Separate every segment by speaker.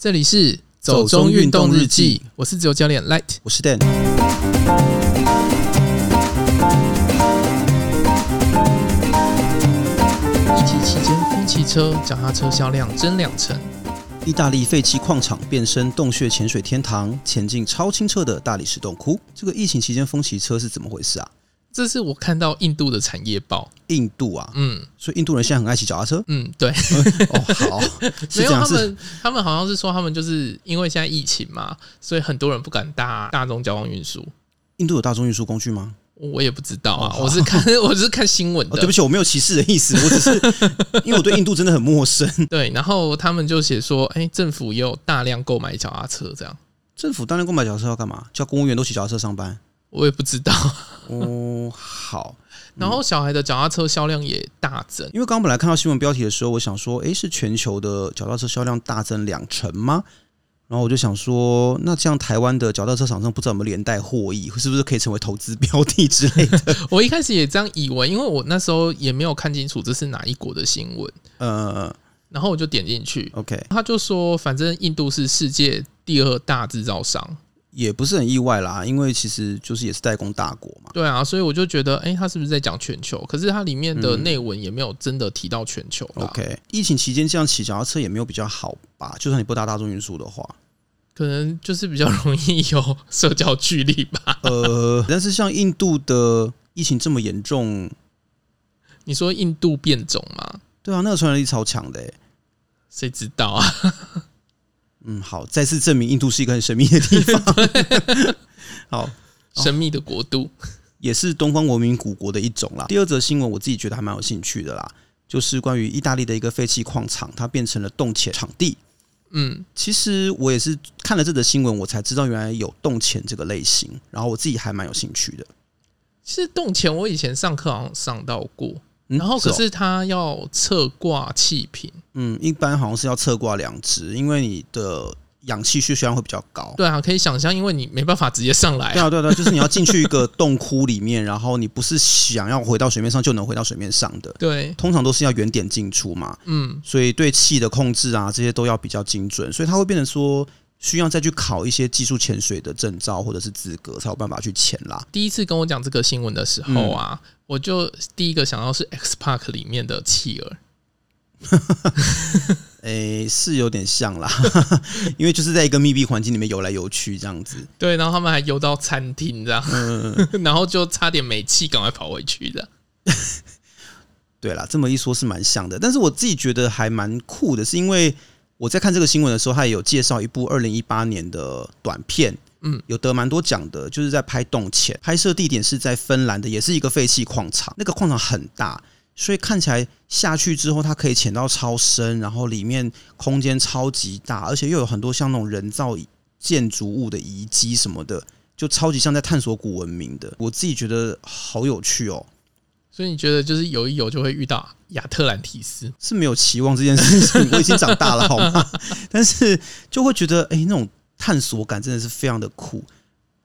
Speaker 1: 这里是走中
Speaker 2: 走中
Speaker 1: 运
Speaker 2: 运
Speaker 1: 动
Speaker 2: 动
Speaker 1: 日
Speaker 2: 日
Speaker 1: 记
Speaker 2: 记，
Speaker 1: 我是自由教练 Light。
Speaker 2: 我是 Dan。
Speaker 1: 疫情期间，风汽车、脚踏车销量增两成。
Speaker 2: 意大利废弃矿场变身洞穴潜水天堂，潜进超清澈的大理石洞窟。这个疫情期间风骑车是怎么回事啊？
Speaker 1: 这是我看到印度的产业报。
Speaker 2: 印度啊，
Speaker 1: 嗯。
Speaker 2: 所以印度人现在很爱骑脚踏车
Speaker 1: 嗯，对，
Speaker 2: 哦，好，是
Speaker 1: 没
Speaker 2: 这
Speaker 1: 有
Speaker 2: 样
Speaker 1: 他
Speaker 2: 是。
Speaker 1: 们，他们好像是说他们就是因为现在疫情嘛，所以很多人不敢搭大众交通运输。
Speaker 2: 印度有大众运输工具吗？
Speaker 1: 我也不知道啊，
Speaker 2: 哦好
Speaker 1: 我是看 我是看新闻
Speaker 2: 哦，
Speaker 1: 的。
Speaker 2: 对不起，我没有歧视的意思，我只是 因为我对印度真的很陌生。
Speaker 1: 对然后他们就写说，哎、政府也有大量购买脚踏车，这样
Speaker 2: 政府当然购买脚踏车要干嘛？叫公务员都骑脚踏车上班？
Speaker 1: 我也不知道。
Speaker 2: 哦，好。
Speaker 1: 然后小孩的脚踏车销量也大增。
Speaker 2: 因为刚刚本来看到新闻标题的时候，我想说，诶，是全球的脚踏车销量大增两成吗？然后我就想说，那这样台湾的脚踏车厂商不知道有没有连带获益，是不是可以成为投资标的之类的？
Speaker 1: 我一开始也这样以为，因为我那时候也没有看清楚这是哪一国的新闻，
Speaker 2: 呃
Speaker 1: 然后我就点进去，
Speaker 2: ，OK，
Speaker 1: 他就说，反正印度是世界第二大制造商，
Speaker 2: 也不是很意外啦，因为其实就是也是代工大国嘛。
Speaker 1: 对啊，所以我就觉得，哎、他是不是在讲全球？可是它里面的内文也没有真的提到全球啊啦
Speaker 2: 嗯 OK，疫情期间这样骑脚踏车也没有比较好吧？就算你不搭大众运输的话，
Speaker 1: 可能就是比较容易有社交距离吧。
Speaker 2: 呃，但是像印度的疫情这么严重，
Speaker 1: 你说印度变种吗？
Speaker 2: 对啊，那个传染力超强的、欸。
Speaker 1: 谁知道啊？
Speaker 2: 嗯，好，再次证明印度是一个很神秘的地方。 好，
Speaker 1: 神秘的国度，
Speaker 2: 哦也是东方文明古国的一种啦。第二则新闻我自己觉得还蛮有兴趣的啦，就是关于意大利的一个废弃矿场，它变成了洞潜场地。
Speaker 1: 嗯，
Speaker 2: 其实我也是看了这则新闻，我才知道原来有洞潜这个类型，然后我自己还蛮有兴趣的。
Speaker 1: 其实洞前我以前上课好像上到过，
Speaker 2: 嗯
Speaker 1: 然后可
Speaker 2: 哦
Speaker 1: 是他要测挂气瓶。
Speaker 2: 嗯，一般好像是要侧挂两只，因为你的氧气需求量会比较高。
Speaker 1: 对啊，可以想象，因为你没办法直接上来
Speaker 2: 对
Speaker 1: 啊。
Speaker 2: 啊，对啊，对啊，就是你要进去一个洞窟里面，然后你不是想要回到水面上就能回到水面上的，
Speaker 1: 对，
Speaker 2: 通常都是要原点进出嘛。
Speaker 1: 嗯，
Speaker 2: 所以对气的控制啊，这些都要比较精准，所以它会变成说需要再去考一些技术潜水的证照或者是资格，才有办法去潜啦。
Speaker 1: 第一次跟我讲这个新闻的时候啊，
Speaker 2: 嗯
Speaker 1: 我就第一个想到是 X Park 里面的企鹅。
Speaker 2: 诶、是有点像啦， 因为就是在一个密闭环境里面游来游去这样子。
Speaker 1: 对，然后他们还游到餐厅这样，
Speaker 2: 嗯
Speaker 1: 然后就差点没气，赶快跑回去的。
Speaker 2: 对啦，这么一说，是蛮像的。但是我自己觉得还蛮酷的，是因为我在看这个新闻的时候，他也有介绍一部二零一八年的短片，
Speaker 1: 嗯
Speaker 2: 嗯，有得蛮多奖的，就是在拍洞前，拍摄地点是在芬兰的，也是一个废弃矿场，那个矿场很大。所以看起来下去之后，它可以潜到超深，然后里面空间超级大，而且又有很多像那种人造建筑物的遗迹什么的，就超级像在探索古文明的。我自己觉得好有趣哦，
Speaker 1: 所以你觉得就是游一游就会遇到亚特兰蒂斯？
Speaker 2: 是没有期望这件事情，我已经长大了，好吗？ 但是就会觉得，哎、那种探索感真的是非常的酷。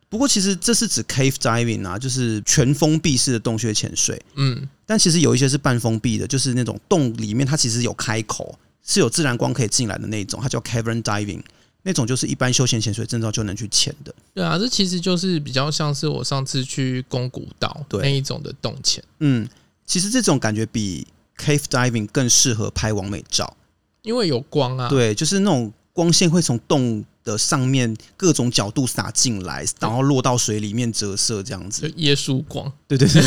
Speaker 2: 不过其实这是指 cave diving 啊，就是全封闭式的洞穴潜水。
Speaker 1: 嗯，
Speaker 2: 但其实有一些是半封闭的，就是那种洞里面它其实有开口，是有自然光可以进来的那种，它叫 cavern diving。那种就是一般休闲潜水证照就能去潜的。
Speaker 1: 对啊，这其实就是比较像是我上次去宫古岛
Speaker 2: 对
Speaker 1: 那一种的洞潜，
Speaker 2: 嗯，其实这种感觉比 cave diving 更适合拍完美照。
Speaker 1: 因为有光啊。
Speaker 2: 对，就是那种光线会从洞的上面各种角度洒进来，然后落到水里面折射这样
Speaker 1: 就
Speaker 2: 子。
Speaker 1: 耶稣光，
Speaker 2: 对对对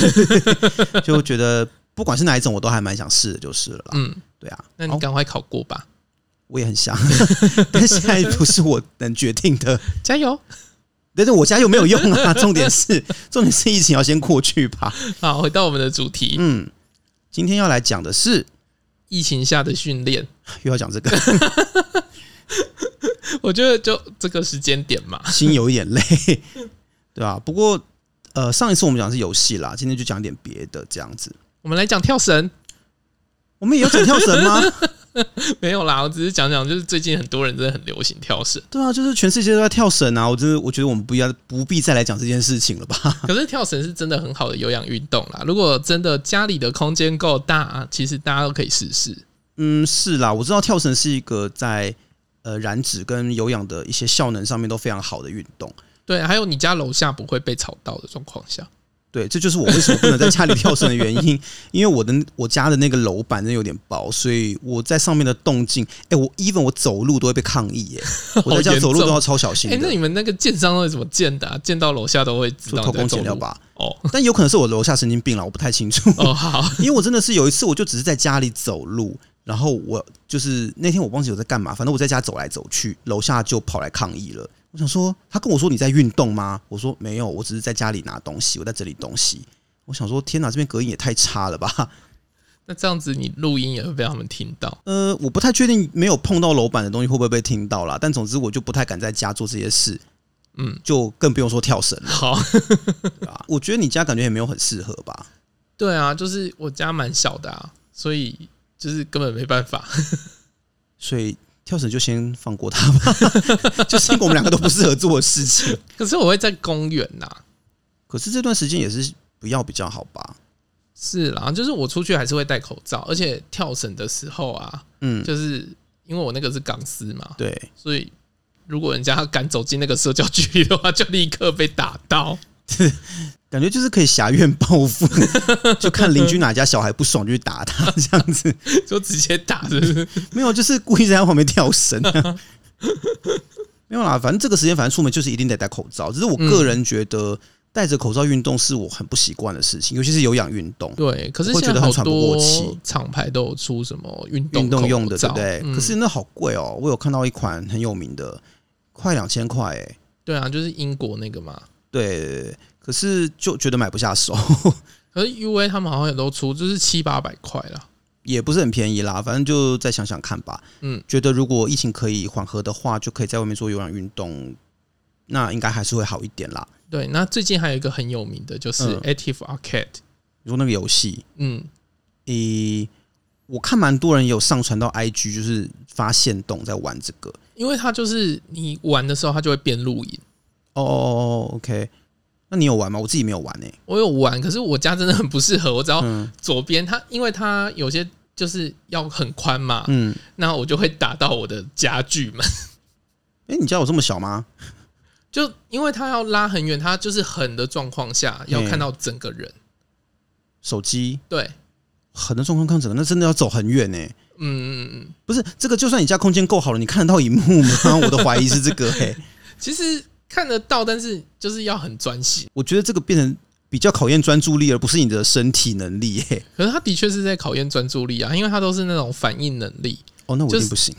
Speaker 2: 对， 就觉得不管是哪一种，我都还蛮想试的，就是了啦。
Speaker 1: 嗯，
Speaker 2: 对啊，
Speaker 1: 那
Speaker 2: 好
Speaker 1: 你赶快考过吧，
Speaker 2: 我也很想， 但现在不是我能决定的。
Speaker 1: 加油！
Speaker 2: 但是我家有没有用啊？重点是，重点是疫情要先过去吧。
Speaker 1: 好，回到我们的主题，
Speaker 2: 嗯，今天要来讲的是
Speaker 1: 疫情下的训练，
Speaker 2: 又要讲这个，
Speaker 1: 我觉得就这个时间点嘛，
Speaker 2: 心有一点累，对吧、不过呃，上一次我们讲的是游戏啦，今天就讲点别的这样子。
Speaker 1: 我们来讲跳绳，
Speaker 2: 我们也有讲跳绳吗？
Speaker 1: 没有啦，我只是讲讲，就是最近很多人真的很流行跳绳，
Speaker 2: 对啊，就是全世界都在跳绳啊！我真的我觉得我们不要不必再来讲这件事情了吧？
Speaker 1: 可是跳绳是真的很好的有氧运动啦。如果真的家里的空间够大，其实大家都可以试试。
Speaker 2: 嗯，是啦，我知道跳绳是一个在呃燃脂跟有氧的一些效能上面都非常好的运动。
Speaker 1: 对，还有你家楼下不会被吵到的状况下，
Speaker 2: 对，这就是我为什么不能在家里跳绳的原因， 因为我的我家的那个楼板真的有点薄，所以我在上面的动静，哎、我 even 我走路都会被抗议 耶、我在家走路都要超小心
Speaker 1: 哎、
Speaker 2: 的，
Speaker 1: 那你们那个建商到底怎么建的、啊？建到楼下都会知
Speaker 2: 就
Speaker 1: 道
Speaker 2: 偷
Speaker 1: 你在
Speaker 2: 工
Speaker 1: 走
Speaker 2: 减料
Speaker 1: 路？
Speaker 2: 吧。
Speaker 1: 哦
Speaker 2: 但有可能是我楼下神经病了，我不太清楚。
Speaker 1: 哦， 好，
Speaker 2: 因为我真的是有一次，我就只是在家里走路，然后我就是那天我忘记我在干嘛，反正我在家走来走去，楼下就跑来抗议了。我想说，他跟我说你在运动吗？我说没有，我只是在家里拿东西，我在整理东西。我想说，天哪，这边隔音也太差了吧？
Speaker 1: 那这样子你录音也会被他们听到。
Speaker 2: 呃，我不太确定没有碰到楼板的东西会不会被听到啦，但总之我就不太敢在家做这些事，
Speaker 1: 嗯，
Speaker 2: 就更不用说跳绳了
Speaker 1: 好，
Speaker 2: 对吧。我觉得你家感觉也没有很适合吧？
Speaker 1: 对啊，就是我家蛮小的啊，所以就是根本没办法。
Speaker 2: 所以跳绳就先放过他吧， 就是因为我们两个都不适合做的事情。
Speaker 1: 可是我会在公园呐、
Speaker 2: 可是这段时间也是不要比较好吧？
Speaker 1: 是啦，就是我出去还是会戴口罩，而且跳绳的时候啊，
Speaker 2: 嗯，
Speaker 1: 就是因为我那个是钢丝嘛，
Speaker 2: 对，
Speaker 1: 所以如果人家敢走进那个社交距离的话，就立刻被打到。
Speaker 2: 感觉就是可以狭怨报复， 就看邻居哪家小孩不爽就去打他这样子。
Speaker 1: 就直接打，是不是？
Speaker 2: 没有，就是故意在他旁边跳绳、啊。 没有啦，反正这个时间反正出门就是一定得戴口罩。只是我个人觉得戴着口罩运动是我很不习惯的事情，尤其是有氧运动。
Speaker 1: 对，可是
Speaker 2: 我会
Speaker 1: 现在
Speaker 2: 觉得
Speaker 1: 好
Speaker 2: 很喘不过
Speaker 1: 多
Speaker 2: 气
Speaker 1: 厂牌都有出什么运动
Speaker 2: 运动用
Speaker 1: 口
Speaker 2: 的，对
Speaker 1: 罩
Speaker 2: 不对？
Speaker 1: 嗯
Speaker 2: 可是那好贵哦，我有看到一款很有名的，快两千块哎、
Speaker 1: 对啊，就是英国那个嘛。
Speaker 2: 对，可是就觉得买不下手。
Speaker 1: 可是 U A 他们好像也都出，就是七八百块啦。
Speaker 2: 也不是很便宜啦，反正就再想想看吧。
Speaker 1: 嗯
Speaker 2: 嗯，觉得如果疫情可以缓和的话，就可以在外面做有氧运动，那应该还是会好一点啦。
Speaker 1: 对，那最近还有一个很有名的，就是
Speaker 2: 嗯
Speaker 1: Active Arcade。
Speaker 2: 你说那个游戏，
Speaker 1: 嗯，
Speaker 2: 诶、我看蛮多人也有上传到 IG，就是发现动在玩这个。
Speaker 1: 因为它就是你玩的时候，它就会变录影。
Speaker 2: 哦哦哦哦，OK，那你有玩吗？我自己没有玩诶、
Speaker 1: 我有玩，可是我家真的很不适合。我只要
Speaker 2: 嗯
Speaker 1: 左边它，因为它有些就是要很宽嘛，
Speaker 2: 嗯，
Speaker 1: 那我就会打到我的家具门。
Speaker 2: 诶、你家有这么小吗？
Speaker 1: 就因为它要拉很远，它就是横的状况下要看到整个
Speaker 2: 嗯
Speaker 1: 人。
Speaker 2: 手机
Speaker 1: 对，
Speaker 2: 很多状况看整个，那真的要走很远呢、
Speaker 1: 嗯嗯嗯。
Speaker 2: 不是这个，就算你家空间够好了，你看得到荧幕吗？ 我的怀疑是这个诶、
Speaker 1: 其实看得到，但是就是要很专心。
Speaker 2: 我觉得这个变成比较考验专注力，而不是你的身体能力、 嘿，
Speaker 1: 可是他的确是在考验专注力啊，因为他都是那种反应能力，
Speaker 2: 哦，那我一
Speaker 1: 就是
Speaker 2: 定 不行。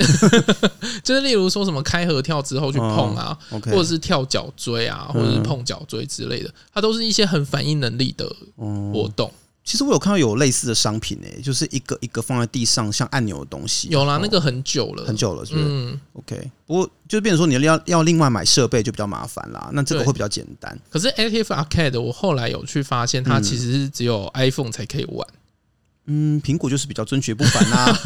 Speaker 1: 就是例如说什么开合跳之后去碰啊，
Speaker 2: OK，嗯
Speaker 1: 或者是跳脚椎啊，或者是碰脚椎之类的，它都是一些很反应能力的
Speaker 2: 嗯
Speaker 1: 活动。
Speaker 2: 哦其实我有看到有类似的商品、诶，就是一个一个放在地上像按钮的东西。
Speaker 1: 有啦
Speaker 2: 然，后
Speaker 1: 那个很久了，
Speaker 2: 很。久了，是不是、
Speaker 1: 嗯，
Speaker 2: o k 不过就变成说你要要另外买设备就比较麻烦啦，那这个
Speaker 1: 对
Speaker 2: 会比较简单。
Speaker 1: 可是 Active Arcade 我后来有去发现，它其实是只有 iPhone 才可以玩。
Speaker 2: 嗯，苹果就是比较遵循不凡 啦。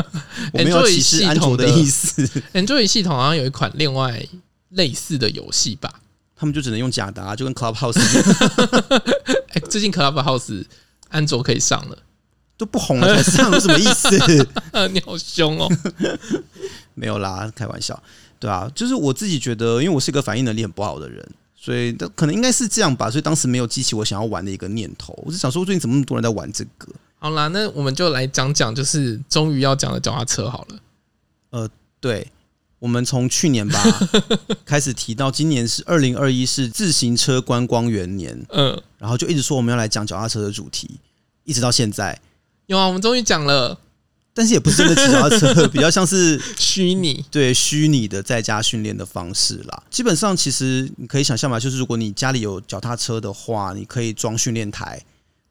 Speaker 2: 我没有
Speaker 1: Android
Speaker 2: 歧视安卓的
Speaker 1: 系统的
Speaker 2: 意思，
Speaker 1: Android 系统好像有一款另外类似的游戏吧？
Speaker 2: 他们就只能用假的、啊，就跟 Clubhouse 一样
Speaker 1: 哎、最近 Clubhouse 安卓可以上了，
Speaker 2: 都不红了才上，有什么意思？
Speaker 1: 你好凶 哦！
Speaker 2: 没有啦，开玩笑，对啊，就是我自己觉得，因为我是一个反应能力很不好的人，所以那可能应该是这样吧，所以当时没有激起我想要玩的一个念头。我是想说，最近怎么那么多人在玩这个？
Speaker 1: 好啦，那我们就来讲讲，就是终于要讲的脚踏车好了。
Speaker 2: 对，我们从去年吧开始提到，今年是二零二一，是自行车观光元年，
Speaker 1: 嗯，
Speaker 2: 然后就一直说我们要来讲脚踏车的主题，一直到现在。
Speaker 1: 有啊，我们终于讲了
Speaker 2: 但是也不是真的骑脚踏车， 比较像是
Speaker 1: 虚拟。
Speaker 2: 对虚拟的在家训练的方式啦。基本上，其实你可以想象吧，就是如果你家里有脚踏车的话，你可以装训练台。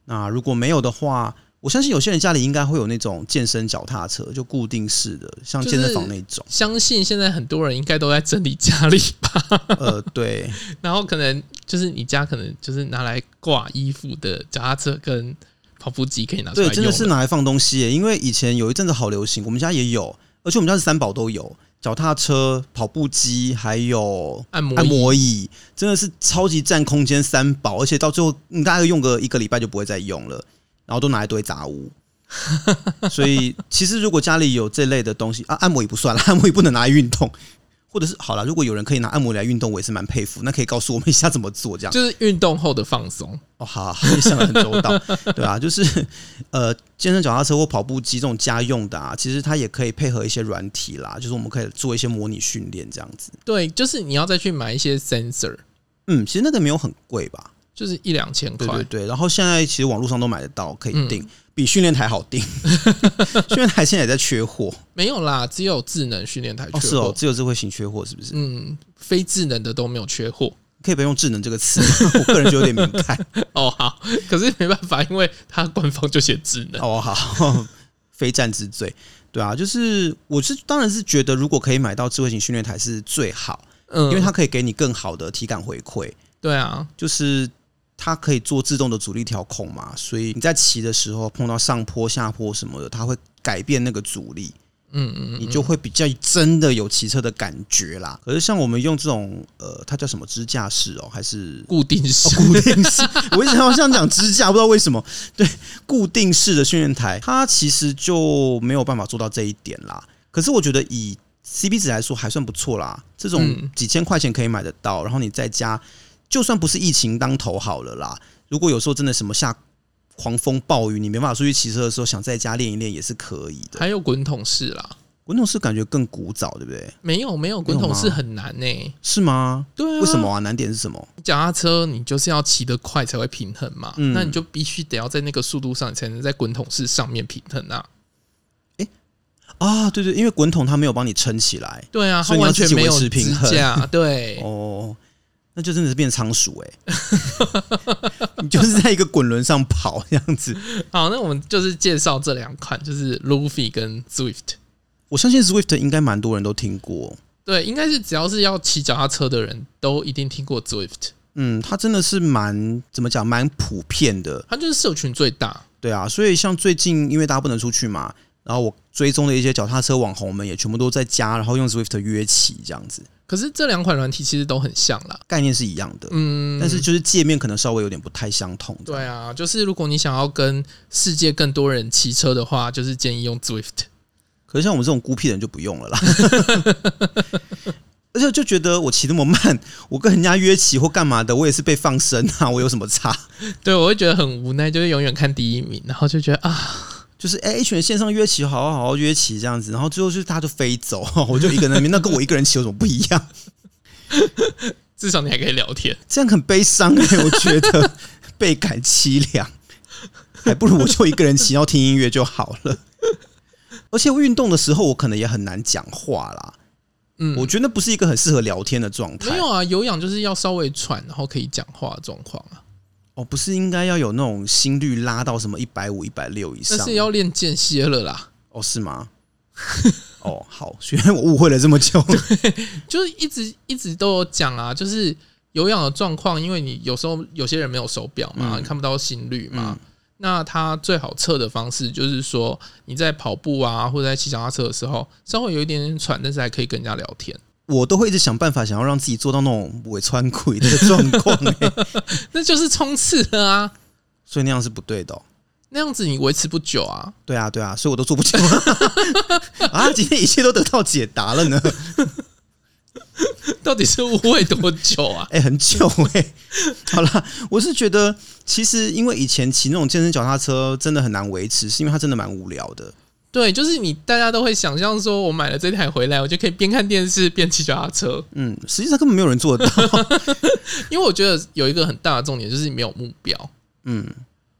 Speaker 2: 那如果没有的话，我相信有些人家里应该会有那种健身脚踏车，就固定式的，像
Speaker 1: 就
Speaker 2: 健身
Speaker 1: 是。
Speaker 2: 房那 种
Speaker 1: 相信现在很多人应该都在整理家里吧，
Speaker 2: 呃，对，
Speaker 1: 然后可能就是你家可能就是拿来挂衣服的脚踏车跟跑步机可以拿出来
Speaker 2: 对，
Speaker 1: 用。
Speaker 2: 真的是拿来放东西耶。因为以前有一阵子好流行，我们家也有，而且我们家是三宝都有：脚踏车、跑步机，还有
Speaker 1: 按摩椅
Speaker 2: 按摩椅，真的是超级占空间三宝，而且到最后你大概用个一个礼拜就不会再用了，然后都拿来堆杂物。所以其实如果家里有这类的东西啊，按摩椅不算了，按摩椅不能拿来运动，或者是好了，如果有人可以拿按摩椅来运动，我也是蛮佩服。那可以告诉我们一下怎么做这样。
Speaker 1: 就是运动后的放松。
Speaker 2: 哦，好，好你想的很周到，对啊，就是呃，健身脚踏车或跑步机这种家用的啊，其实它也可以配合一些软体啦，就是我们可以做一些模拟训练这样子。
Speaker 1: 对，就是你要再去买一些 sensor，
Speaker 2: 嗯，其实那个没有很贵吧？
Speaker 1: 就是一两千
Speaker 2: 对
Speaker 1: 块
Speaker 2: 对。对，然后现在其实网络上都买得到，可以订，比训练台好 订。训练台现在也在缺货
Speaker 1: 没有啦，只有智能训练台缺货。
Speaker 2: 哦，是哦，只有智慧型缺货是不是？
Speaker 1: 嗯，非智能的都没有缺货。
Speaker 2: 可以不用“智能”这个词， 我个人就有点敏感。
Speaker 1: 哦，好，可是没办法，因为它官方就写智能。
Speaker 2: 哦，好，非战之罪，对啊，就是我是当然是觉得，如果可以买到智慧型训练台是最好，
Speaker 1: 嗯，
Speaker 2: 因为它可以给你更好的体感回馈，
Speaker 1: 对啊，
Speaker 2: 就是它可以做自动的阻力调控嘛，所以你在骑的时候碰到上坡、下坡什么的，它会改变那个阻力。
Speaker 1: 嗯嗯，
Speaker 2: 你就会比较真的有骑车的感觉啦。可是像我们用这种呃，它叫什么支架式哦，还是
Speaker 1: 固定式
Speaker 2: 哦，固定式，我一直好像讲支架，不知道为什么。对，固定式的训练台，它其实就没有办法做到这一点啦。可是我觉得以 CP 值来说还算不错啦，这种
Speaker 1: 嗯
Speaker 2: 几千块钱可以买得到，然后你在家，就算不是疫情当头好了啦，如果有时候真的什么下狂风暴雨，你没办法出去骑车的时候，想在家练一练也是可以的。
Speaker 1: 还有滚筒式啦。
Speaker 2: 滚筒式感觉更古早，对不对？
Speaker 1: 没有没有，滚筒式很难欸呢、
Speaker 2: 是吗？
Speaker 1: 对啊，
Speaker 2: 为什么啊？难点是什么？
Speaker 1: 脚踏车你就是要骑得快才会平衡嘛？
Speaker 2: 嗯
Speaker 1: 那你就必须得要在那个速度上，你才能在滚筒式上面平衡啊。
Speaker 2: 啊，对对，因为滚筒它没有帮你撑起来。
Speaker 1: 对啊，它
Speaker 2: 所以你要
Speaker 1: 完
Speaker 2: 自
Speaker 1: 全
Speaker 2: 己
Speaker 1: 没有
Speaker 2: 维持
Speaker 1: 支
Speaker 2: 平衡
Speaker 1: 架，对，
Speaker 2: 哦，那就真的是变仓鼠哎、欸， 你就是在一个滚轮上跑这样子。
Speaker 1: 好，那我们就是介绍这两款，就是 Luffy 跟 Swift。
Speaker 2: 我相信 Swift 应该蛮多人都听过，
Speaker 1: 对，应该是只要是要骑脚踏车的人都一定听过 Swift，
Speaker 2: 嗯，它真的是蛮怎么讲，蛮普遍的，
Speaker 1: 它就是社群最大。
Speaker 2: 对啊。所以像最近因为大家不能出去嘛，然后我追踪的一些脚踏车网红们也全部都在家，然后用 Swift 约骑这样子，
Speaker 1: 可是这两款软体其实都很像啦。
Speaker 2: 概念是一样的，
Speaker 1: 嗯，
Speaker 2: 但是就是界面可能稍微有点不太相同。
Speaker 1: 对啊，就是如果你想要跟世界更多人骑车的话，就是建议用 Swift。
Speaker 2: 可是像我们这种孤僻的人就不用了啦。 而且就觉得我骑那么慢，我跟人家约骑或干嘛的，我也是被放生啊， 我有什么差？
Speaker 1: 对，我会觉得很无奈，就是永远看第一名，然后就觉得啊，
Speaker 2: 就是哎、一群人线上约骑，好好好好约骑这样子，然后最后就是大家就飞走，我就一个人在那边，那跟我一个人骑有什么不一样？
Speaker 1: 至少你还可以聊天。
Speaker 2: 这样很悲伤哎、 我觉得倍感凄凉，还不如我就一个人骑，然后听音乐就好了。而且运动的时候，我可能也很难讲话啦，
Speaker 1: 嗯，
Speaker 2: 我觉得那不是一个很适合聊天的状态
Speaker 1: 没。有啊，有氧就是要稍微喘，然后可以讲话的状况啊，
Speaker 2: 哦，不是应该要有那种心率拉到什么一百五、一百六以上
Speaker 1: 但？是要练间歇了啦。
Speaker 2: 哦，是吗？ 哦，好，虽然我误会了这么久，
Speaker 1: 就是一直一直都有讲啊，就是有氧的状况，因为你有时候有些人没有手表嘛，
Speaker 2: 嗯
Speaker 1: 你看不到心率嘛。那它最好测的方式就是说，你在跑步啊，或者在骑脚踏车的时候，稍微有一点点喘，但是还可以跟人家聊天。
Speaker 2: 我都会一直想办法，想要让自己做到那种尾穿鬼的状况、欸，
Speaker 1: 那就是冲刺了啊！
Speaker 2: 所以那样是不对的哦、
Speaker 1: 那样子你维持不久啊。
Speaker 2: 对啊，对啊，所以我都做不到 啊！今天一切都得到解答了呢。
Speaker 1: 到底是误会多久啊？
Speaker 2: 哎、很久哎、好啦，我是觉得，其实因为以前骑那种健身脚踏车真的很难维持，是因为它真的蛮无聊的。
Speaker 1: 对，就是你大家都会想象说，我买了这台回来，我就可以边看电视边骑脚踏车。
Speaker 2: 嗯，实际上根本没有人做得到。
Speaker 1: 因为我觉得有一个很大的重点就是你没有目标，
Speaker 2: 嗯，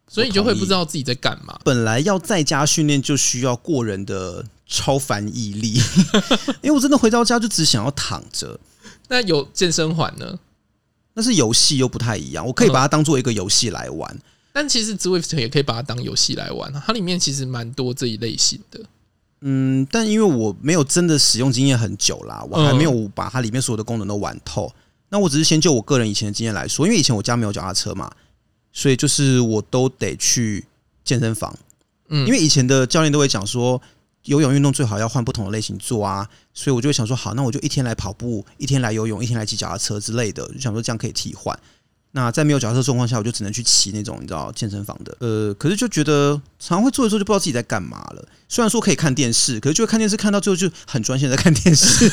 Speaker 1: 所以你就
Speaker 2: 我
Speaker 1: 会
Speaker 2: 同意
Speaker 1: 不知道自己在干嘛。
Speaker 2: 本来要在家训练就需要过人的超凡毅力， 因为我真的回到家就只想要躺着。
Speaker 1: 那有健身环呢？
Speaker 2: 但是游戏又不太一样，我可以把它当做一个游戏来玩。
Speaker 1: 但其实 Zwift 也可以把它当游戏来玩啊，它里面其实蛮多这一类型的。
Speaker 2: 嗯，但因为我没有真的使用经验很久啦，我还
Speaker 1: 嗯
Speaker 2: 没有把它里面所有的功能都玩透。那我只是先就我个人以前的经验来说，因为以前我家没有脚踏车嘛，所以就是我都得去健身房。
Speaker 1: 嗯
Speaker 2: 因为以前的教练都会讲说，游泳运动最好要换不同的类型做啊，所以我就会想说，好，那我就一天来跑步，一天来游泳，一天来骑脚踏车之类的，就想说这样可以替换。那在没有脚踏车状况下，我就只能去骑那种你知道健身房的。呃，可是就觉得常常会做的时候就不知道自己在干嘛了。虽然说可以看电视，可是就会看电视看到最后就很专心地在看电 视，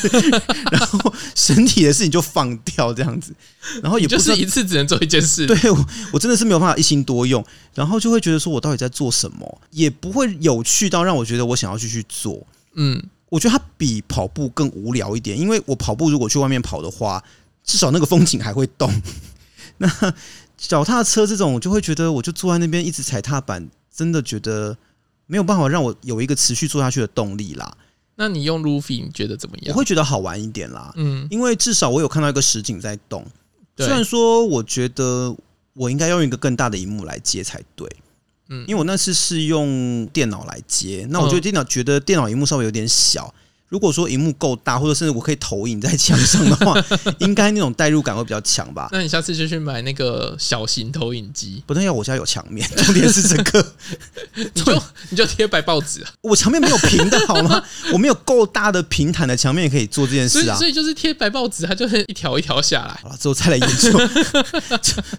Speaker 2: 然后身体的事情就放掉这样子，然后也
Speaker 1: 你
Speaker 2: 不
Speaker 1: 就
Speaker 2: 知道
Speaker 1: 是一次只能做一件事。
Speaker 2: 对我，我真的是没有办法一心多用，然后就会觉得说我到底在做什么，也不会有趣到让我觉得我想要继续做。
Speaker 1: 嗯，
Speaker 2: 我觉得它比跑步更无聊一点，因为我跑步如果去外面跑的话，至少那个风景还会动。 那脚踏车这种，我就会觉得我就坐在那边一直踩踏板，真的觉得没有办法让我有一个持续做下去的动力啦。
Speaker 1: 那你用 Luffy 你觉得怎么
Speaker 2: 我
Speaker 1: 样？
Speaker 2: 会觉得好玩一点啦，
Speaker 1: 嗯，
Speaker 2: 因为至少我有看到一个实景在动。
Speaker 1: 对
Speaker 2: 虽然说我觉得我应该用一个更大的荧幕来接才对，
Speaker 1: 嗯嗯
Speaker 2: 嗯，因为我那次是用电脑来接，那我觉得电脑觉得电脑荧幕稍微有点小。如果说荧幕够大，或者甚至我可以投影在墙上的 话，应该那种代入感会比较强吧。
Speaker 1: 那你下次就去买那个小型投影机，
Speaker 2: 不但要我家有墙面， 重点是这个，
Speaker 1: 你就你就贴白报纸啊。
Speaker 2: 我墙面没有平的好吗？我没有够大的平坦的墙面也可以做这件
Speaker 1: 所以
Speaker 2: 事啊
Speaker 1: 所。以就是贴白报纸，它就是一条一条下来。
Speaker 2: 好了，之后再来 研究。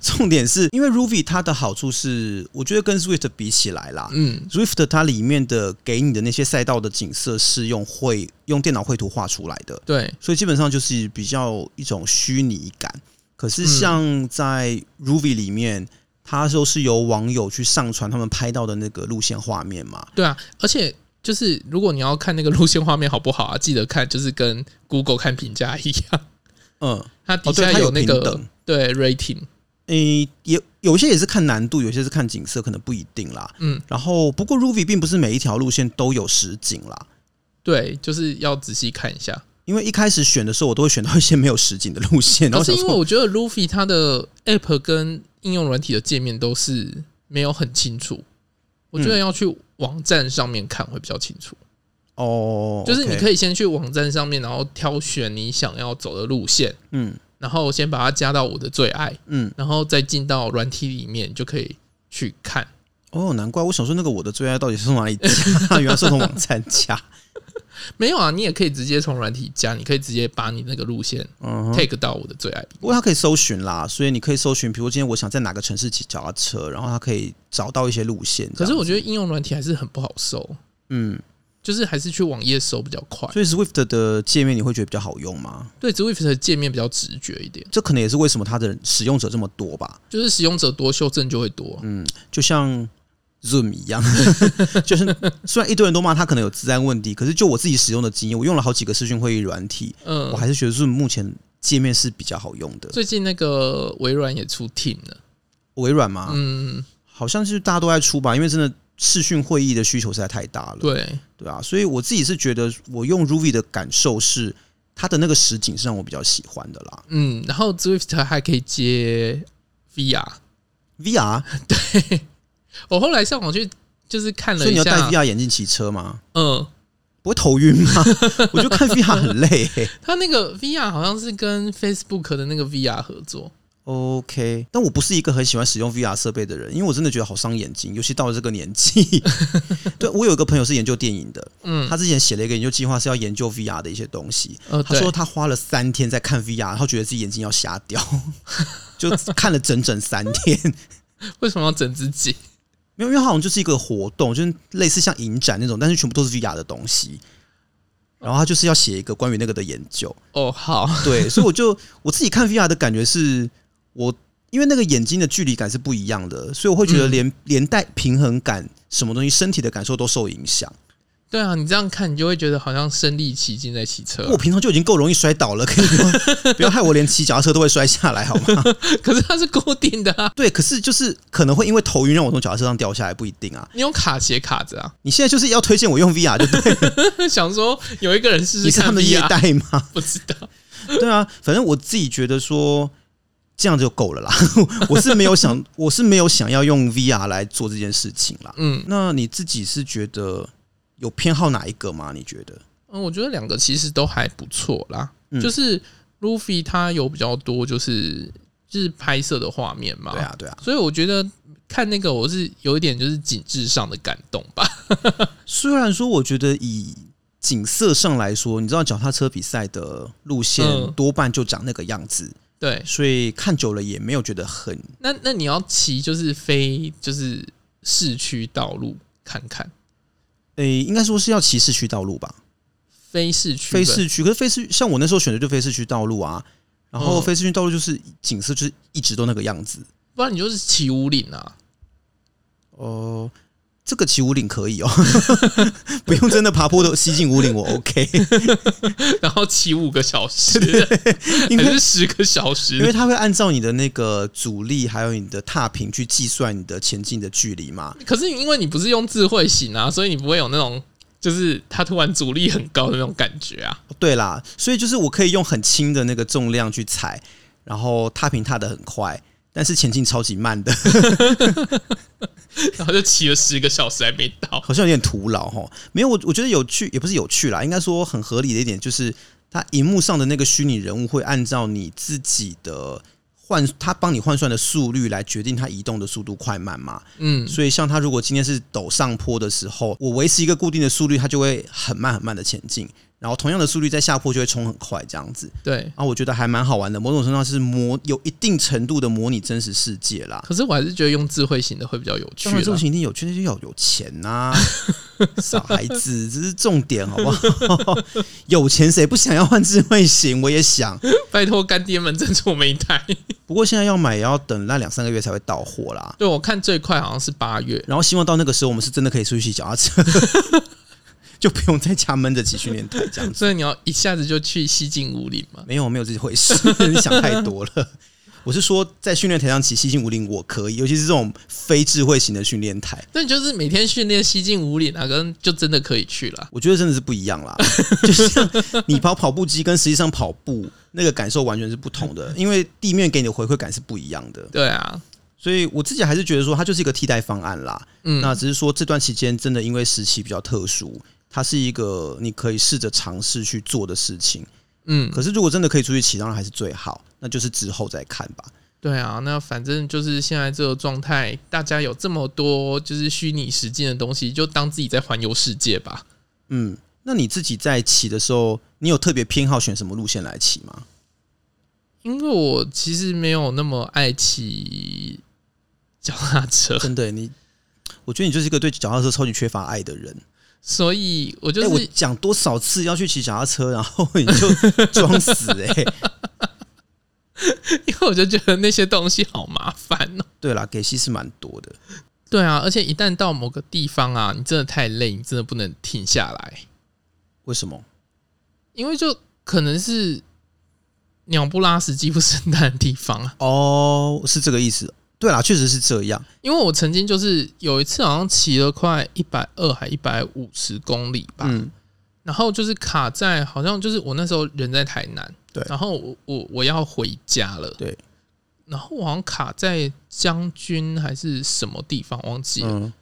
Speaker 2: 重点是因为 Ruby 它的好处是，我觉得跟 Swift 比起来啦，
Speaker 1: 嗯，
Speaker 2: Swift 它里面的给你的那些赛道的景色是用绘用电脑绘图画出来的，
Speaker 1: 对，
Speaker 2: 所以基本上就是比较一种虚拟感。可是像在
Speaker 1: 嗯
Speaker 2: Ruby 里面，它都是由网友去上传他们拍到的那个路线画面嘛。
Speaker 1: 对啊，而且就是如果你要看那个路线画面好不好啊，记得看就是跟 Google 看评价一样，
Speaker 2: 嗯，
Speaker 1: 它底
Speaker 2: 哦，对，
Speaker 1: 下
Speaker 2: 它
Speaker 1: 那
Speaker 2: 平
Speaker 1: 个、
Speaker 2: 等。
Speaker 1: 对 rating，
Speaker 2: 诶、也有些也是看难度，有些是看景色，可能不一定啦。
Speaker 1: 嗯，
Speaker 2: 然后不过 Ruby 并不是每一条路线都有实景啦，
Speaker 1: 对，就是要仔细看一下。
Speaker 2: 因为一开始选的时候，我都会选到一些没有实景的路线，然
Speaker 1: 可
Speaker 2: 后
Speaker 1: 是
Speaker 2: 想
Speaker 1: 因为
Speaker 2: 说，
Speaker 1: 我觉得 Luffy 它的 App 跟应用软体的界面都是没有很清楚，我觉得要去网站上面看会比较清楚。
Speaker 2: 哦，
Speaker 1: 就是你
Speaker 2: 嗯 OK，
Speaker 1: 可以先去网站上面，然后挑选你想要走的路线，
Speaker 2: 嗯
Speaker 1: 然后先把它加到我的最爱，
Speaker 2: 嗯，
Speaker 1: 然后再进到软体里面就可以去看。
Speaker 2: 哦，难怪我想说那个我的最爱到底是从哪里加？ 原来是从网站加。
Speaker 1: 没有啊，你也可以直接从软体加，你可以直接把你那个路线
Speaker 2: 嗯哼，
Speaker 1: take 到我的最爱里。
Speaker 2: 不过它可以搜寻啦，所以你可以搜寻，比如今天我想在哪个城市骑脚踏车，然后它可以找到一些路线这样子。
Speaker 1: 可是我觉得应用软体还是很不好搜，
Speaker 2: 嗯，
Speaker 1: 就是还是去网页搜比较快。
Speaker 2: 所以 Swift 的界面你会觉得比较好用吗？
Speaker 1: 对 Zwift 的界面比较直觉一点，
Speaker 2: 这可能也是为什么它的使用者这么多吧。
Speaker 1: 就是使用者多修正就会多。
Speaker 2: 嗯，就像 Zoom 一样， 就是虽然一堆人都骂它可能有治安问题，可是就我自己使用的经验，我用了好几个视讯会议软体，
Speaker 1: 嗯
Speaker 2: 我，还是觉得 Zoom 目前界面是比较好用的。
Speaker 1: 最近那个微软也出 Team 了，
Speaker 2: 微软嘛，
Speaker 1: 嗯，
Speaker 2: 好像是大家都在出吧，因为真的视讯会议的需求实在太大了，
Speaker 1: 对，
Speaker 2: 对啊，所以我自己是觉得我用 Ruby 的感受是它的那个实景是让我比较喜欢的啦。
Speaker 1: 嗯，然后 Zwift 还可以接 VR。
Speaker 2: VR，
Speaker 1: 我后来上网去就是看
Speaker 2: 所以
Speaker 1: 了
Speaker 2: 你
Speaker 1: 一
Speaker 2: 要戴
Speaker 1: 下，
Speaker 2: VR 眼镜骑车吗？
Speaker 1: 嗯，
Speaker 2: 不会头晕吗？ 我就看 VR 很累、欸。
Speaker 1: 它那个 VR 好像是跟 Facebook 的那个 VR 合作，
Speaker 2: OK，但我不是一个很喜欢使用 VR 设备的人，因为我真的觉得好伤眼睛，尤其到了这个年 纪。对我有一个朋友是研究电影的，
Speaker 1: 嗯，
Speaker 2: 他之前写了一个研究计划，是要研究 VR 的一些东西。
Speaker 1: 呃，
Speaker 2: 他
Speaker 1: 对
Speaker 2: 说他花了三天在看 VR，然后觉得自己眼睛要瞎 掉，就看了整整三天。
Speaker 1: 为什么要整自己？
Speaker 2: 没有，因为它好像就是一个活动，就是类似像影展那种，但是全部都是 VR 的东西。然后他就是要写一个关于那个的研究。
Speaker 1: 哦，好，
Speaker 2: 对，所以我就我自己看 VR 的感觉是，我因为那个眼睛的距离感是不一样的，所以我会觉得连、连带平衡感、什么东西、身体的感受都受影响。
Speaker 1: 对啊，你这样看，你就会觉得好像身临其境在骑车啊
Speaker 2: 我，平常就已经够容易摔倒了，可以吗 不要害我连骑脚踏车都会摔下来，好吗？
Speaker 1: 可是它是固定的啊，
Speaker 2: 对，可是就是可能会因为头晕让我从脚踏车上掉下来，不一定啊。
Speaker 1: 你用卡鞋卡着啊，
Speaker 2: 你现在就是要推荐我用 VR 就对了，
Speaker 1: 想说有一个人试
Speaker 2: 你
Speaker 1: 试
Speaker 2: 是他
Speaker 1: 看
Speaker 2: 们的业
Speaker 1: VR，
Speaker 2: 代吗？
Speaker 1: 不知道，
Speaker 2: 对啊，反正我自己觉得说这样就够了啦。 我是没有想，我是没有想要用 VR 来做这件事情啦。
Speaker 1: 嗯
Speaker 2: 那你自己是觉得有偏好哪一个吗？你觉得？
Speaker 1: 嗯，我觉得两个其实都还不错啦，
Speaker 2: 嗯
Speaker 1: 就是 Luffy 它有比较多就是就是拍摄的画面嘛，
Speaker 2: 对啊，对啊。
Speaker 1: 所以我觉得看那个我是有一点就是景致上的感动吧。
Speaker 2: 虽然说我觉得以景色上来说，你知道脚踏车比赛的路线
Speaker 1: 嗯
Speaker 2: 多半就长那个样子，
Speaker 1: 对，
Speaker 2: 所以看久了也没有觉得很
Speaker 1: 那那你要骑就是非就是市区道路看看，
Speaker 2: 诶、应该说是要骑市区道路吧，
Speaker 1: 非市区
Speaker 2: 非
Speaker 1: 的
Speaker 2: 市区。可是非市像我那时候选的就非市区道路啊，然后
Speaker 1: 嗯
Speaker 2: 非市区道路就是景色就是一直都那个样子。
Speaker 1: 不然你就是骑五岭啊。
Speaker 2: 哦、这个骑五岭可以哦， 不用真的爬坡的西进五岭我 OK，
Speaker 1: 然后骑五个小时，
Speaker 2: 因
Speaker 1: 还
Speaker 2: 为
Speaker 1: 是十个小时？
Speaker 2: 因为它会按照你的那个阻力还有你的踏频去计算你的前进的距离嘛。
Speaker 1: 可是因为你不是用智慧型啊，所以你不会有那种就是它突然阻力很高的那种感觉啊。
Speaker 2: 对啦，所以就是我可以用很轻的那个重量去踩，然后踏平踏得很快，但是前进超级慢的，
Speaker 1: 然后就骑了十个小时还没到。
Speaker 2: 好像有点徒劳哈。没有，我我觉得有趣也不是有趣啦，应该说很合理的一点就是，它荧幕上的那个虚拟人物会按照你自己的。换它帮你换算的速率来决定它移动的速度快慢嘛，
Speaker 1: 嗯，
Speaker 2: 所以像它如果今天是陡上坡的时候，我维持一个固定的速率，它就会很慢很慢的前进，然后同样的速率在下坡就会冲很快这样子。
Speaker 1: 对。
Speaker 2: 啊，我觉得还蛮好玩的，某种程度上是模有一定程度的模拟真实世界啦。
Speaker 1: 可是我还是觉得用智慧型的会比较有趣
Speaker 2: 当然，这种
Speaker 1: 啦。
Speaker 2: 情定有趣，那就要有钱呐、 傻孩子，这是重点，好不好？ 有钱谁不想要换智慧型？我也想，
Speaker 1: 拜托干爹们赞助我们一台。
Speaker 2: 不过现在要买也要等那两三个月才会到货啦。
Speaker 1: 对我看最快好像是八月。
Speaker 2: 然后希望到那个时候，我们是真的可以出去骑脚踏车， 就不用在家闷着骑训练台这样子。
Speaker 1: 所以你要一下子就去西进五岭嘛？
Speaker 2: 没有，没有这回事， 你想太多了。我是说，在训练台上骑西进五岭我可以，尤其是这种非智慧型的训练台。
Speaker 1: 那你就是每天训练西进五岭啊，跟就真的可以去了。
Speaker 2: 我觉得真的是不一样啦， 就像你跑跑步机跟实际上跑步那个感受完全是不同的，因为地面给你的回馈感是不一样的，
Speaker 1: 对啊，
Speaker 2: 所以我自己还是觉得说它就是一个替代方案啦。
Speaker 1: 嗯，
Speaker 2: 那只是说这段期间真的因为时期比较特殊，它是一个你可以试着尝试去做的事情。
Speaker 1: 嗯，
Speaker 2: 可是如果真的可以出去骑，当然还是最好，那就是之后再看吧。
Speaker 1: 对啊，那反正就是现在这个状态，大家有这么多就是虚拟实境的东西，就当自己在环游世界吧。
Speaker 2: 嗯，那你自己在骑的时候，你有特别偏好选什么路线来骑吗？
Speaker 1: 因为我其实没有那么爱骑脚踏车，
Speaker 2: 真的，你我觉得你就是一个对脚踏车超级缺乏爱的人。
Speaker 1: 所以我就
Speaker 2: 哎、
Speaker 1: 是、
Speaker 2: 我讲多少次要去骑脚踏车，然后你 就装死哎、
Speaker 1: 因为我就觉得那些东西好麻烦哦。
Speaker 2: 对啦，给息是蛮多的，
Speaker 1: 对啊，而且一旦到某个地方啊，你真的太累，你真的不能停下来，
Speaker 2: 为什么？
Speaker 1: 因为就可能是鸟不拉屎、鸡不生蛋的地方啊。
Speaker 2: 哦，是这个意思。对啦，确实是这样。
Speaker 1: 因为我曾经就是有一次好像骑了快一百二还一百五十公里吧，
Speaker 2: 嗯，
Speaker 1: 然后就是卡在好像就是我那时候人在台南，
Speaker 2: 对
Speaker 1: 然后我我我要回家了，
Speaker 2: 对，
Speaker 1: 然后我好像卡在将军还是什么地方忘记了，
Speaker 2: 嗯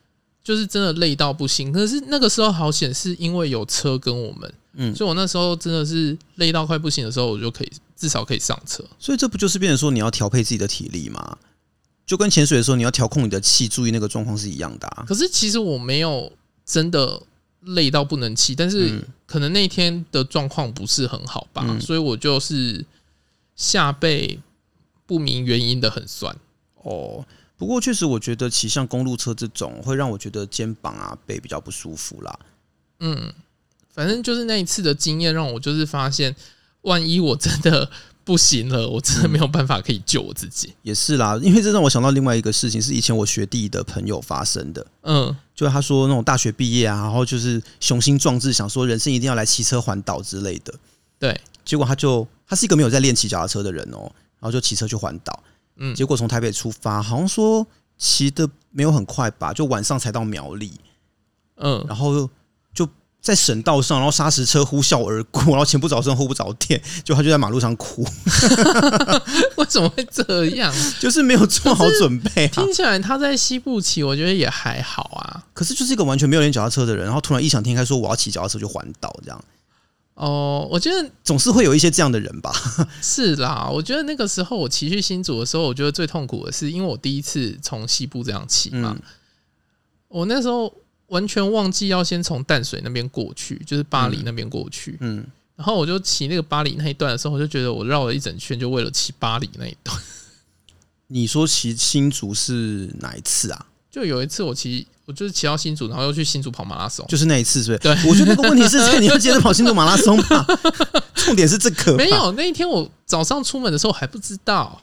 Speaker 1: 就是真的累到不行。可是那个时候好险是因为有车跟我们，
Speaker 2: 嗯，
Speaker 1: 所以我那时候真的是累到快不行的时候，我就可以至少可以上车。
Speaker 2: 所以这不就是变成说你要调配自己的体力吗？就跟潜水的时候你要调控你的气，注意那个状况是一样的啊。
Speaker 1: 可是其实我没有真的累到不能骑，但是可能那天的状况不是很好吧，
Speaker 2: 嗯
Speaker 1: 所以我就是下背不明原因的很酸。
Speaker 2: 哦，不过确实我觉得骑像公路车这种会让我觉得肩膀啊背比较不舒服啦。
Speaker 1: 嗯，反正就是那一次的经验让我就是发现，万一我真的不行了，我真的没有办法可以救我自己。
Speaker 2: 也是啦，因为这让我想到另外一个事情，是以前我学弟的朋友发生的。
Speaker 1: 嗯，
Speaker 2: 就他说那种大学毕业啊，然后就是雄心壮志，想说人生一定要来骑车环岛之类的。
Speaker 1: 对，
Speaker 2: 结果他就他是一个没有在练骑脚踏车的人哦，然后就骑车去环岛。
Speaker 1: 嗯
Speaker 2: 结果从台北出发，好像说骑的没有很快吧，就晚上才到苗栗，
Speaker 1: 嗯，
Speaker 2: 然后就在省道上，然后砂石车呼啸而过，然后前不着村后不着店， 就他就在马路上哭，
Speaker 1: 为什么会这样？
Speaker 2: 就是没有做好准备 啊。
Speaker 1: 听起来他在西部骑，我觉得也还好啊。
Speaker 2: 可是就是一个完全没有练脚踏车的人，然后突然异想天开说我要骑脚踏车去环岛，这样
Speaker 1: 哦，我觉得
Speaker 2: 总是会有一些这样的人吧。
Speaker 1: 是啦，我觉得那个时候我骑去新竹的时候，我觉得最痛苦的是，因为我第一次从西部这样骑嘛，
Speaker 2: 嗯
Speaker 1: 我那时候完全忘记要先从淡水那边过去，就是巴黎那边过去，
Speaker 2: 嗯。
Speaker 1: 然后我就骑那个巴黎那一段的时候，我就觉得我绕了一整圈，就为了骑巴黎那一段。
Speaker 2: 你说骑新竹是哪一次啊？
Speaker 1: 就有一次我骑，我就是骑到新竹，然后又去新竹跑马拉 松。
Speaker 2: 就是那一次，是不是？
Speaker 1: 哦对，
Speaker 2: 我觉得那个问题是在你要接着跑新竹马拉松 吧？重点是这个吧
Speaker 1: 没，有那一天我早上出门的时候还不知 道，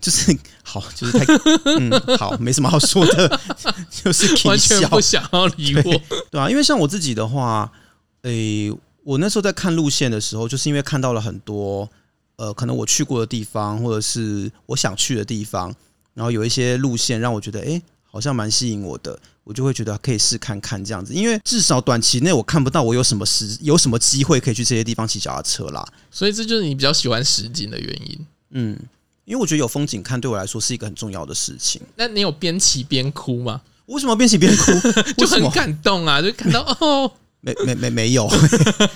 Speaker 2: 就是好，就是太嗯，好，没什么好说的， 就是挺
Speaker 1: 完全
Speaker 2: 小
Speaker 1: 不想要理我。
Speaker 2: 对啊，因为像我自己的话，诶、我那时候在看路线的时候，就是因为看到了很多呃，可能我去过的地方，或者是我想去的地方，然后有一些路线让我觉得，诶、好像蛮吸引我的，我就会觉得可以试看看这样子。因为至少短期内我看不到我有什么时有什么机会可以去这些地方骑脚踏车啦。
Speaker 1: 所以这就是你比较喜欢实景的原因。
Speaker 2: 嗯，因为我觉得有风景看对我来说是一个很重要的事情。
Speaker 1: 那你有边骑边哭吗？
Speaker 2: 我为什么要边骑 边哭？
Speaker 1: 就
Speaker 2: 为什
Speaker 1: 很
Speaker 2: 么
Speaker 1: 感动啊，就 看到哦，
Speaker 2: 没没没没有，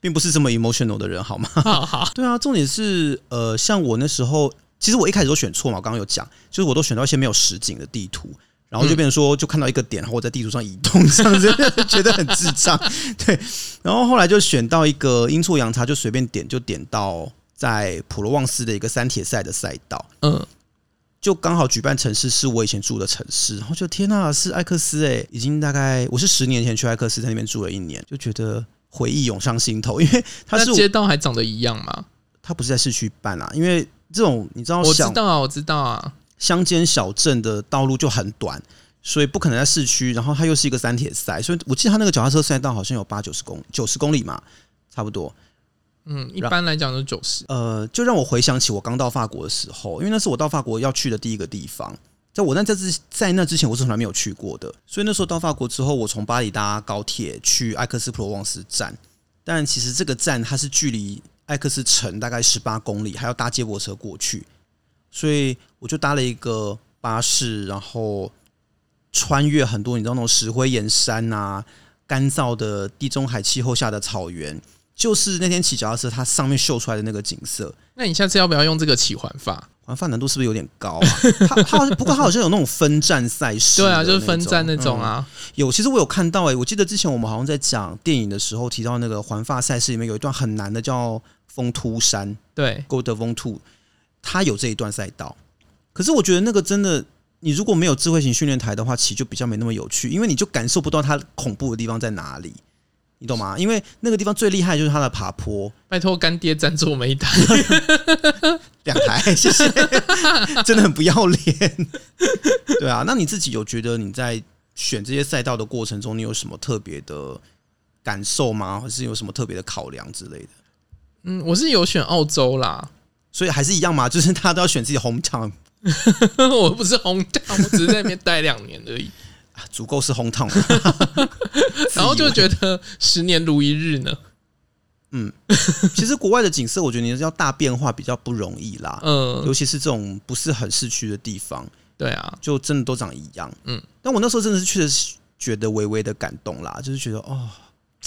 Speaker 2: 并不是这么 emotional 的人，好吗？
Speaker 1: 好好，
Speaker 2: 对啊，重点是呃，像我那时候，其实我一开始都选错嘛，我刚刚有讲，就是我都选到一些没有实景的地图，然
Speaker 1: 嗯
Speaker 2: 后就变成说就看到一个点，然后我在地图上移动这样子， 觉得很智障。 对，然后后来就选到一个阴错阳差，就随便点就点到在普罗旺斯的一个三铁赛的赛道。
Speaker 1: 嗯，
Speaker 2: 就刚好举办城市是我以前住的城市，然后就天呐、是艾克斯哎、已经大概我是十年前去艾克斯，在那边住了一年，就觉得回忆涌上心头，因为它
Speaker 1: 那
Speaker 2: 是我
Speaker 1: 街道还长得一样吗？
Speaker 2: 它不是在市区办啊，因为这种你知道
Speaker 1: 我知
Speaker 2: 乡
Speaker 1: 道啊，我知道啊，
Speaker 2: 乡间小镇的道路就很短，所以不可能在市区。然后它又是一个三铁赛，所以我记得它那个脚踏车赛道好像有八九十公九十公里嘛，差不多。
Speaker 1: 嗯，
Speaker 2: 啊
Speaker 1: 一般来讲都九十，
Speaker 2: 呃，就让我回想起我刚到法国的时候，因为那是我到法国要去的第一个地方。在我那在之在那之前，我是从来没有去过的，所以那时候到法国之后，我从巴黎搭高铁去埃克斯普罗旺斯站，但其实这个站它是距离埃克斯城大概十八公里，还要搭接驳车过去，所以我就搭了一个巴士，然后穿越很多你知道那种石灰岩山啊、干燥的地中海气候下的草原，就是那天骑脚踏车，它上面秀出来的那个景色，
Speaker 1: 那你下次要不要用这个起环法？
Speaker 2: 环法难度是不是有点高啊？它它好像不过它好像有那种分站赛事的
Speaker 1: 对
Speaker 2: 那
Speaker 1: 啊，
Speaker 2: 种，
Speaker 1: 就是分站那种
Speaker 2: 嗯
Speaker 1: 啊，
Speaker 2: 有，其实我有看到诶、欸我记得之前我们好像在讲电影的时候提到那个环法赛事里面有一段很难的叫风突山
Speaker 1: 对，
Speaker 2: g o l d e v o n Two），它有这一段赛道。可是我觉得那个真的，你如果没有智慧型训练台的话，骑就比较没那么有趣，因为你就感受不到它恐怖的地方在哪里，你懂吗？因为那个地方最厉害就是它的爬坡，
Speaker 1: 拜托干爹赞助我们一台，
Speaker 2: 两台， 谢谢，真的很不要脸。 对啊，那你自己有觉得你在选这些赛道的过程中，你有什么特别的感受吗？还是有什么特别的考量之类的？
Speaker 1: 嗯，我是有选澳洲啦，
Speaker 2: 所以还是一样嘛， 就是大家都要选自己的 hometown，
Speaker 1: 我不是红蛋，我只是在那边待两年 而已，
Speaker 2: 啊足够是 hometown 了。
Speaker 1: 然后就
Speaker 2: 得，
Speaker 1: 觉得十年如一日呢，
Speaker 2: 其实国外的景色，我觉得你要大变化比较不容易啦，
Speaker 1: 嗯，
Speaker 2: 尤其是这种不是很市区的地方。
Speaker 1: 对啊，
Speaker 2: 就真的都长一样。
Speaker 1: 嗯
Speaker 2: 嗯，但我那时候真的是确实觉得微微的感动啦，就是觉得哦，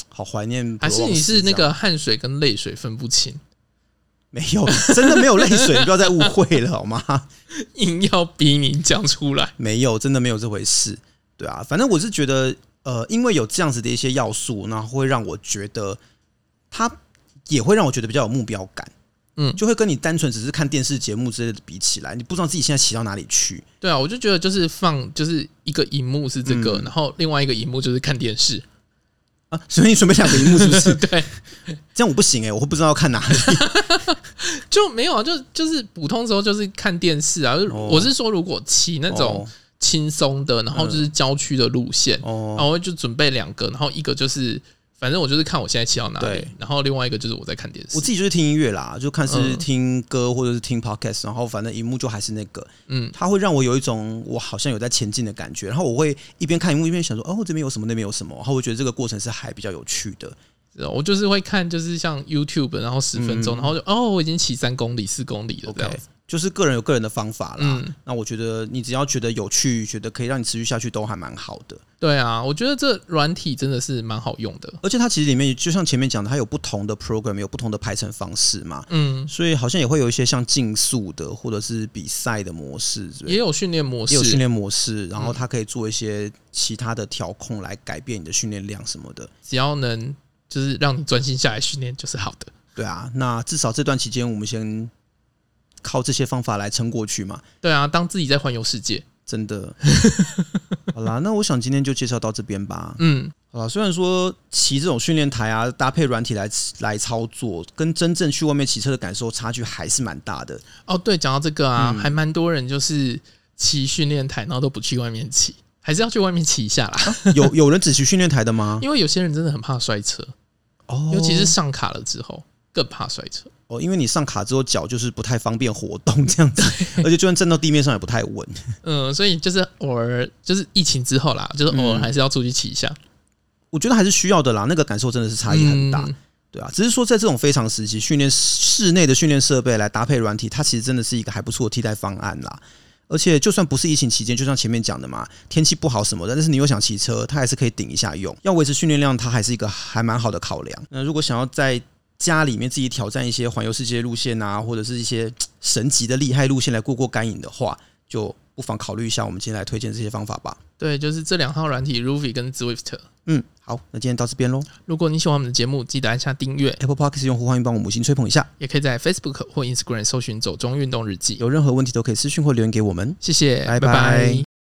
Speaker 2: 好怀念。
Speaker 1: 还是你是那？个汗水跟泪水分不清，
Speaker 2: 没有，真的没有泪水，你不要再误会了好吗？
Speaker 1: 硬要逼你讲出来，
Speaker 2: 没有，真的没有这回事。对啊，反正我是觉得，呃，因为有这样子的一些要素，那会让我觉得它也会让我觉得比较有目标感。
Speaker 1: 嗯
Speaker 2: 嗯，就会跟你单纯只是看电视节目之类的比起来，你不知道自己现在骑到哪里去。
Speaker 1: 对啊，我就觉得就是放就是一个荧幕是这个，
Speaker 2: 嗯
Speaker 1: 然后另外一个荧幕就是看电 视，
Speaker 2: 啊，所以你准备两个荧幕是 不是？
Speaker 1: 对，
Speaker 2: 这样我不行哎、我会不知道要看哪里。
Speaker 1: 就没有啊，就就是普通时候就是看电视啊。就
Speaker 2: 哦
Speaker 1: 我是说，如果骑 那种轻松的，然后就是郊区的路线，
Speaker 2: 哦
Speaker 1: 然后就准备两个，然后一个就是反正我就是看我现在骑到哪里
Speaker 2: 对，
Speaker 1: 然后另外一个就是我在看电视
Speaker 2: 我。自己就是听音乐啦，就看是
Speaker 1: 嗯
Speaker 2: 听歌或者是听 podcast，然后反正荧幕就还是那个，
Speaker 1: 嗯，
Speaker 2: 它会让我有一种我好像有在前进的感觉。然后我会一边看荧幕一边想说，哦，这边有什么，那边有什么，然后我觉得这个过程是还比较有趣的。
Speaker 1: 是哦我就是会看，就是像 YouTube，然后十分钟，
Speaker 2: 嗯
Speaker 1: 然后就哦，我已经骑三公里、四公里了这样
Speaker 2: OK，
Speaker 1: 子。
Speaker 2: 就是个人有个人的方法啦。
Speaker 1: 嗯
Speaker 2: 那我觉得你只要觉得有趣，觉得可以让你持续下去，都还蛮好的。
Speaker 1: 对啊，我觉得这软体真的是蛮好用的。
Speaker 2: 而且它其实里面就像前面讲的，它有不同的 program，有不同的排程方式嘛。
Speaker 1: 嗯，
Speaker 2: 所以好像也会有一些像竞速的，或者是比赛的模式之类的，
Speaker 1: 也有训练模
Speaker 2: 也有训
Speaker 1: 式，
Speaker 2: 练模式，
Speaker 1: 嗯
Speaker 2: 然后它可以做一些其他的调控来改变你的训练量什么的。
Speaker 1: 只要能就是让你专心下来训练就是好的。
Speaker 2: 对啊，那至少这段期间我们先靠这些方法来撑过去嘛，
Speaker 1: 对啊，当自己在环游世界，
Speaker 2: 真的。好啦，那我想今天就介绍到这边吧。
Speaker 1: 嗯，
Speaker 2: 好啦，虽然说骑这种训练台啊，搭配软体来来操作，跟真正去外面骑车的感受差距还是蛮大的。
Speaker 1: 哦，对，讲到这个
Speaker 2: 嗯
Speaker 1: 啊，还蛮多人就是骑训练台，然后都不去外面骑，还是要去外面骑一下啦，
Speaker 2: 有有人只骑训练台的吗？
Speaker 1: 因为有些人真的很怕摔车，
Speaker 2: 哦
Speaker 1: 尤其是上卡了之后更怕摔车。
Speaker 2: 哦，因为你上卡之后脚就是不太方便活动这样子，而且就算站到地面上也不太稳。
Speaker 1: 嗯，所以就是偶尔就是疫情之后啦，就是偶尔
Speaker 2: 嗯
Speaker 1: 还是要出去骑一下，
Speaker 2: 我觉得还是需要的啦，那个感受真的是差异很大。
Speaker 1: 嗯
Speaker 2: 对啊，只是说在这种非常时期，训练室内的训练设备来搭配软体，它其实真的是一个还不错的替代方案啦。而且就算不是疫情期间，就像前面讲的嘛，天气不好什么的，但是你又想骑车，它还是可以顶一下用。要维持训练量，它还是一个还蛮好的考量。那如果想要在家里面自己挑战一些环游世界路线啊，或者是一些嘖神级的厉害路线来过过干瘾的话，就不妨考虑一下我们今天来推荐这些方法吧。
Speaker 1: 对，就是这两套软体 Ruby 跟 Zwift。
Speaker 2: 嗯，好，那今天到这边喽。
Speaker 1: 如果你喜欢我们的节目，记得按下订阅，
Speaker 2: Apple Podcast 用户欢迎帮我们五星吹捧一下。
Speaker 1: 也可以在 Facebook 或 Instagram 搜寻“走中运动日记
Speaker 2: 有任何问题都可以私讯或留言给我们”。。
Speaker 1: 谢谢，
Speaker 2: 拜
Speaker 1: 拜
Speaker 2: 拜
Speaker 1: 拜